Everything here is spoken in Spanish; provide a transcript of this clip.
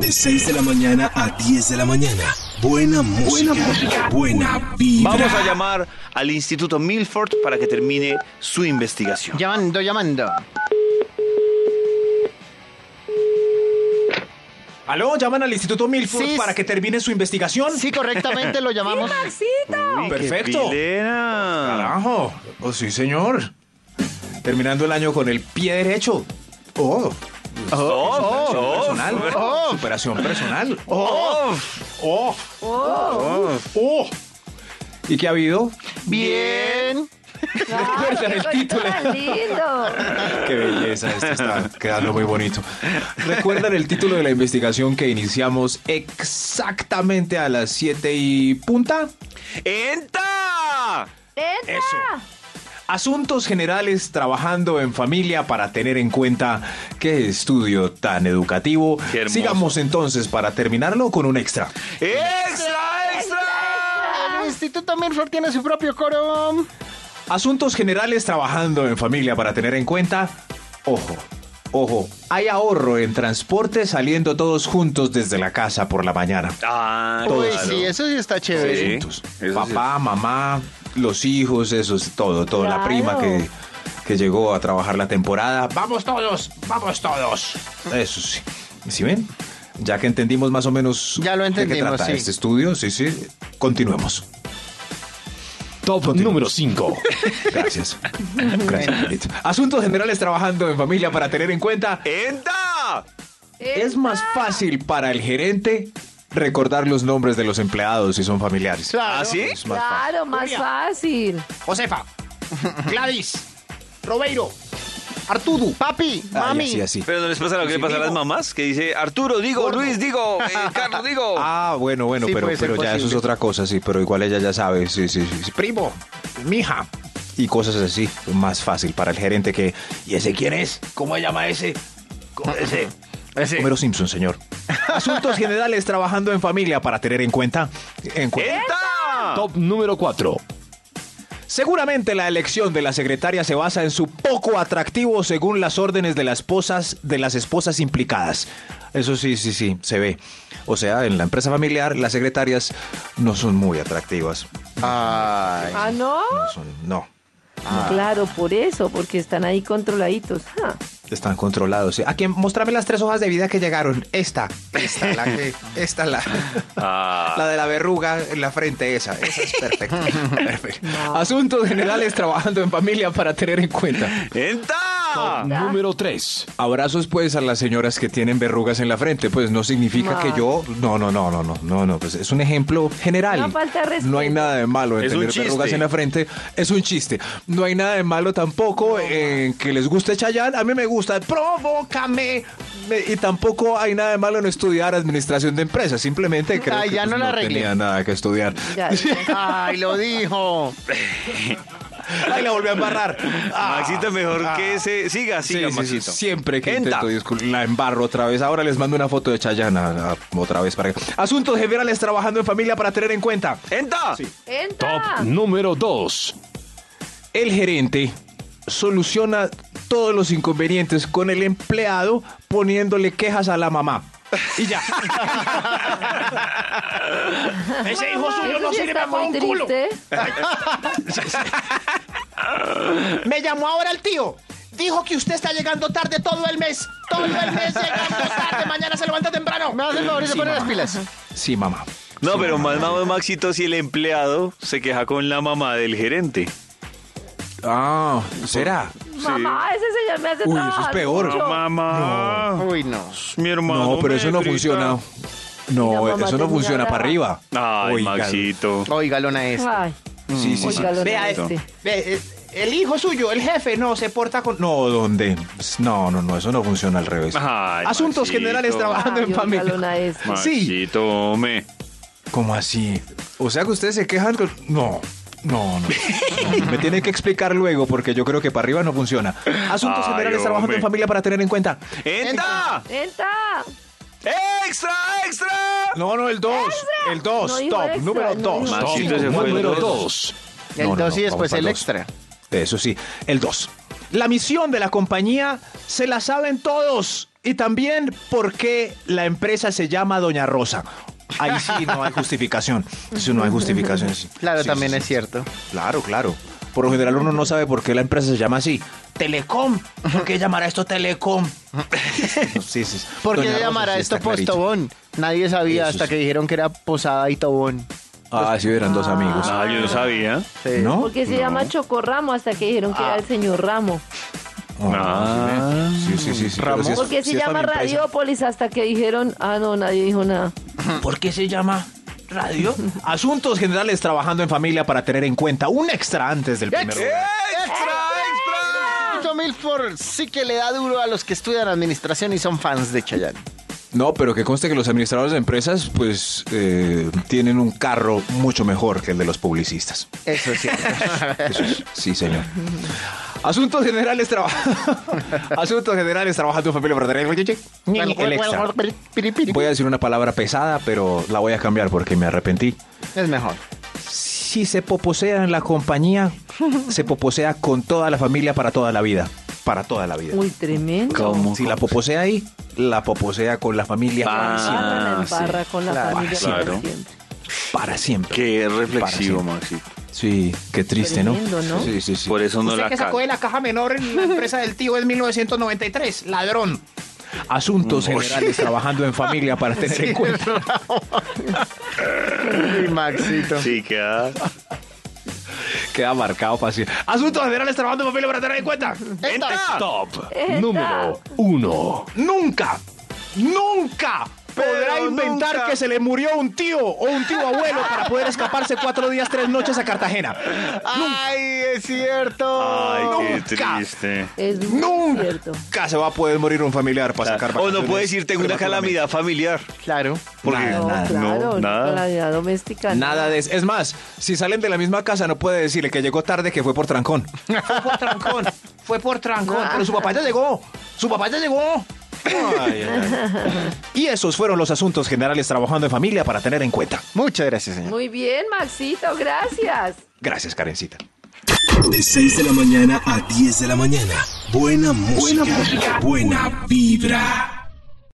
De 6 de la mañana a 10 de la mañana. Buena música. Buena, música. buena vibra. Vamos a llamar al Instituto Milford para que termine su investigación. Llamando, llamando. ¿Aló? ¿Llaman al Instituto Milford Sí, para que termine su investigación? Ah, Sí, correctamente lo llamamos. Uy, qué perfecto. pilera. Carajo. Oh, sí, señor. Terminando el año con el pie derecho. Oh. Oh, oh, Personal. Superación personal. Oh. oh. Oh. Oh. ¿Y qué ha habido? Bien. Recuerda el título. Qué belleza, esto está quedando muy bonito. ¿Recuerdan el título de la investigación que iniciamos exactamente a las 7 y punta? ¡Enta! Asuntos generales trabajando en familia para tener en cuenta qué estudio tan educativo. Qué hermoso. Sigamos entonces para terminarlo con un extra. ¡Extra, extra! El Instituto Milford tiene su propio coro. Asuntos generales trabajando en familia para tener en cuenta. Ojo, ojo, hay ahorro en transporte saliendo todos juntos desde la casa por la mañana. Ah, Uy, claro. Pues sí, eso sí está chévere. Sí. juntos. eso Papá, mamá, los hijos, eso es todo, todo. La Claro. prima que, que llegó a trabajar la temporada. ¡Vamos todos! ¡Vamos todos! Eso sí. ¿Sí ven? Ya que entendimos más o menos Ya lo de qué entendimos, trata sí. este estudio, sí, sí. Continuemos. Top número 5. Gracias. Gracias, Angelito. Asuntos generales trabajando en familia para tener en cuenta. ¡Enta! Es más fácil para el gerente recordar los nombres de los empleados si son familiares. Claro. ¿Ah, sí? Es más fácil. Claro, más fácil. Josefa, Gladys, Robeiro, Artudu, Papi, Ay, Mami. así, así. Pero no les pasa lo que le pasa a las mamás, que dice Arturo, digo, Luis, digo, eh, Carlos, digo. Ah, bueno, bueno, Sí, pero, puede ser pero ya eso es posible. otra cosa, sí, pero igual ella ya sabe, sí, sí, sí, sí. Primo, mija. Y cosas así, más fácil para el gerente que... ¿Y ese quién es? ¿Cómo se llama ese? ¿Cómo ese? Ese. Homero Simpson, señor. Asuntos generales trabajando en familia para tener en cuenta... En cuenta. ¡Enta! Top número 4. Seguramente la elección de la secretaria se basa en su poco atractivo según las órdenes de las esposas de las esposas implicadas. Eso sí, sí, sí, se ve. O sea, en la empresa familiar las secretarias no son muy atractivas. Ay. ¿Ah, no? No son, no. Ah. Claro, por eso, porque están ahí controladitos. Ah. Están controlados. ¿sí? ¿A quién? Mostrame las tres hojas de vida que llegaron. Esta, esta, la que, esta, la, Ah. la de la verruga en la frente, esa, esa es perfecta. Perfecto. Asuntos generales trabajando en familia para tener en cuenta. ¡Enta! Número 3. Abrazos pues a las señoras que tienen verrugas en la frente, pues no significa Ma. que yo, no, no, no, no, no, no, no, pues es un ejemplo general. Una falta de respeto. No hay nada de malo en Es un tener chiste. verrugas en la frente, es un chiste. No hay nada de malo tampoco en que les guste Chayanne, a mí me gusta, provócame. Me- Y tampoco hay nada de malo en estudiar administración de empresas, simplemente creo Ay, que ya pues, no la arreglé. tenía nada que estudiar. Ya, ya. Ay, lo dijo. Ay, la volví a embarrar. Ah. Maxito, mejor que se siga, siga, Sí, sí, sí, Maxito. Siempre que Enta. intento, discul- la embarro otra vez. Ahora les mando una foto de Chayana otra vez para que... Asuntos generales trabajando en familia para tener en cuenta. ¡Enta! Top Entra. número 2. El gerente soluciona todos los inconvenientes con el empleado poniéndole quejas a la mamá. Y ya. Ese hijo suyo Eso no sí sirve está para muy un culo. triste. Me llamó ahora el tío. Dijo que usted está llegando tarde todo el mes. Todo el mes llegando tarde. Mañana se levanta temprano. Me hace el favor y se pone las pilas. Sí, mamá. No, pero más mamá, Maxito, si el empleado se queja con la mamá del gerente. Ah, ¿será? Mamá, ese señor me hace Uy, eso es trabajar peor. mucho. mamá. Uy, no. Mi hermano. No, pero me eso no grita. funciona. No, Y la mamá eso no termina funciona para arriba. brava. Ay, Oigan. Maxito. Oiga, lona es. Ay, este. Sí, eh, sí, sí. oiga, lo Vea este. El hijo suyo, el jefe, no se porta con. No, ¿dónde? Pues, No, no, no, eso no funciona al revés. Ay, Asuntos Maxito. generales trabajando Ay, en familia. ojalá este. Maxito, hombre. ¿Cómo así? O sea que ustedes se quejan con... No, no, no. Me tienen que explicar luego porque yo creo que para arriba no funciona. Asuntos Ay, generales trabajando hombre. en familia para tener en cuenta. ¡Enta! Entra. ¡Extra, extra! No, no, el 2. El 2. No dijo Top. extra, número no 2. dijo Maxito, Top ese fue el número dos. 2. El dos y después el extra. Eso sí, el 2. La misión de la compañía se la saben todos. Y también por qué la empresa se llama Doña Rosa. Ahí sí no hay justificación. Sí, no hay justificación. sí. Claro, Sí, también sí, es sí. cierto. Claro, claro. Por lo general uno no sabe por qué la empresa se llama así. Telecom. ¿Por qué llamará esto Telecom? sí, sí. ¿Por qué Doña le Rosa, llamará sí, esto está clarito. postobón? Nadie sabía Eso hasta sí. que dijeron que era posada y tobón. Ah, sí, eran dos amigos. Ah, yo no sabía. Sí. ¿No? Porque se llama Chocorramo hasta que dijeron que era el señor Ramo. Ah, sí, sí, sí. sí, pero sí es- Porque se sí es familia llama empresa. Radiópolis hasta que dijeron, ah, no, nadie dijo nada. ¿Por qué se llama radio? Asuntos generales trabajando en familia para tener en cuenta un extra antes del primer lugar. Tito Milford sí que le da duro a los que estudian administración y son fans de Chayanne. No, pero que conste que los administradores de empresas, pues, eh, tienen un carro mucho mejor que el de los publicistas. Eso es cierto. Sí, señor. Asuntos generales trabaja. Asuntos generales trabajando en familia para tener el extra. Voy a decir una palabra pesada, pero la voy a cambiar porque me arrepentí. Es mejor. si se poposea en la compañía, se poposea con toda la familia para toda la vida. Para toda la vida. Uy, tremendo. ¿Cómo? Si la poposea ahí, la poposea con la familia La embarra, la Ah, embarra con la Claro, familia para claro. siempre. para siempre. Qué reflexivo, Para Maxito. Sí, qué triste, ¿no? Tremendo, ¿no? Sí, sí, sí. Por e- eso no Usted la que sacó cago. de la caja menor en la empresa del tío en 1993. Ladrón. Asuntos Uy. generales trabajando en familia para tener en cuenta. Y Maxito. Sí, queda. Queda marcado fácil. Asuntos generales trabajando en familia para tener en cuenta. Esta. Top. Esta. Número 1. Nunca, nunca podrá Pero inventar nunca. que se le murió un tío o un tío abuelo para poder escaparse cuatro días, tres noches a Cartagena. ¡Ay, es cierto! Ay, qué Nunca. triste. Es muy Nunca cierto. se va a poder morir un familiar para sacar O no vacaciones puedes decir, tengo una prematuramente. calamidad familiar. Claro. Porque No, Nada, claro, no, nada. La vida doméstica. Nada de eso. Es más, si salen de la misma casa no puede decirle que llegó tarde que fue por trancón. Ah, Fue por trancón. Fue por trancón. Pero su papá ya llegó. Su papá ya llegó. Y esos fueron los asuntos generales trabajando en familia para tener en cuenta. Muchas gracias, señor. Muy bien, Maxito, gracias. Gracias, Karencita. De 6 de la mañana a 10 de la mañana. Buena música. Buena, música, buena vibra.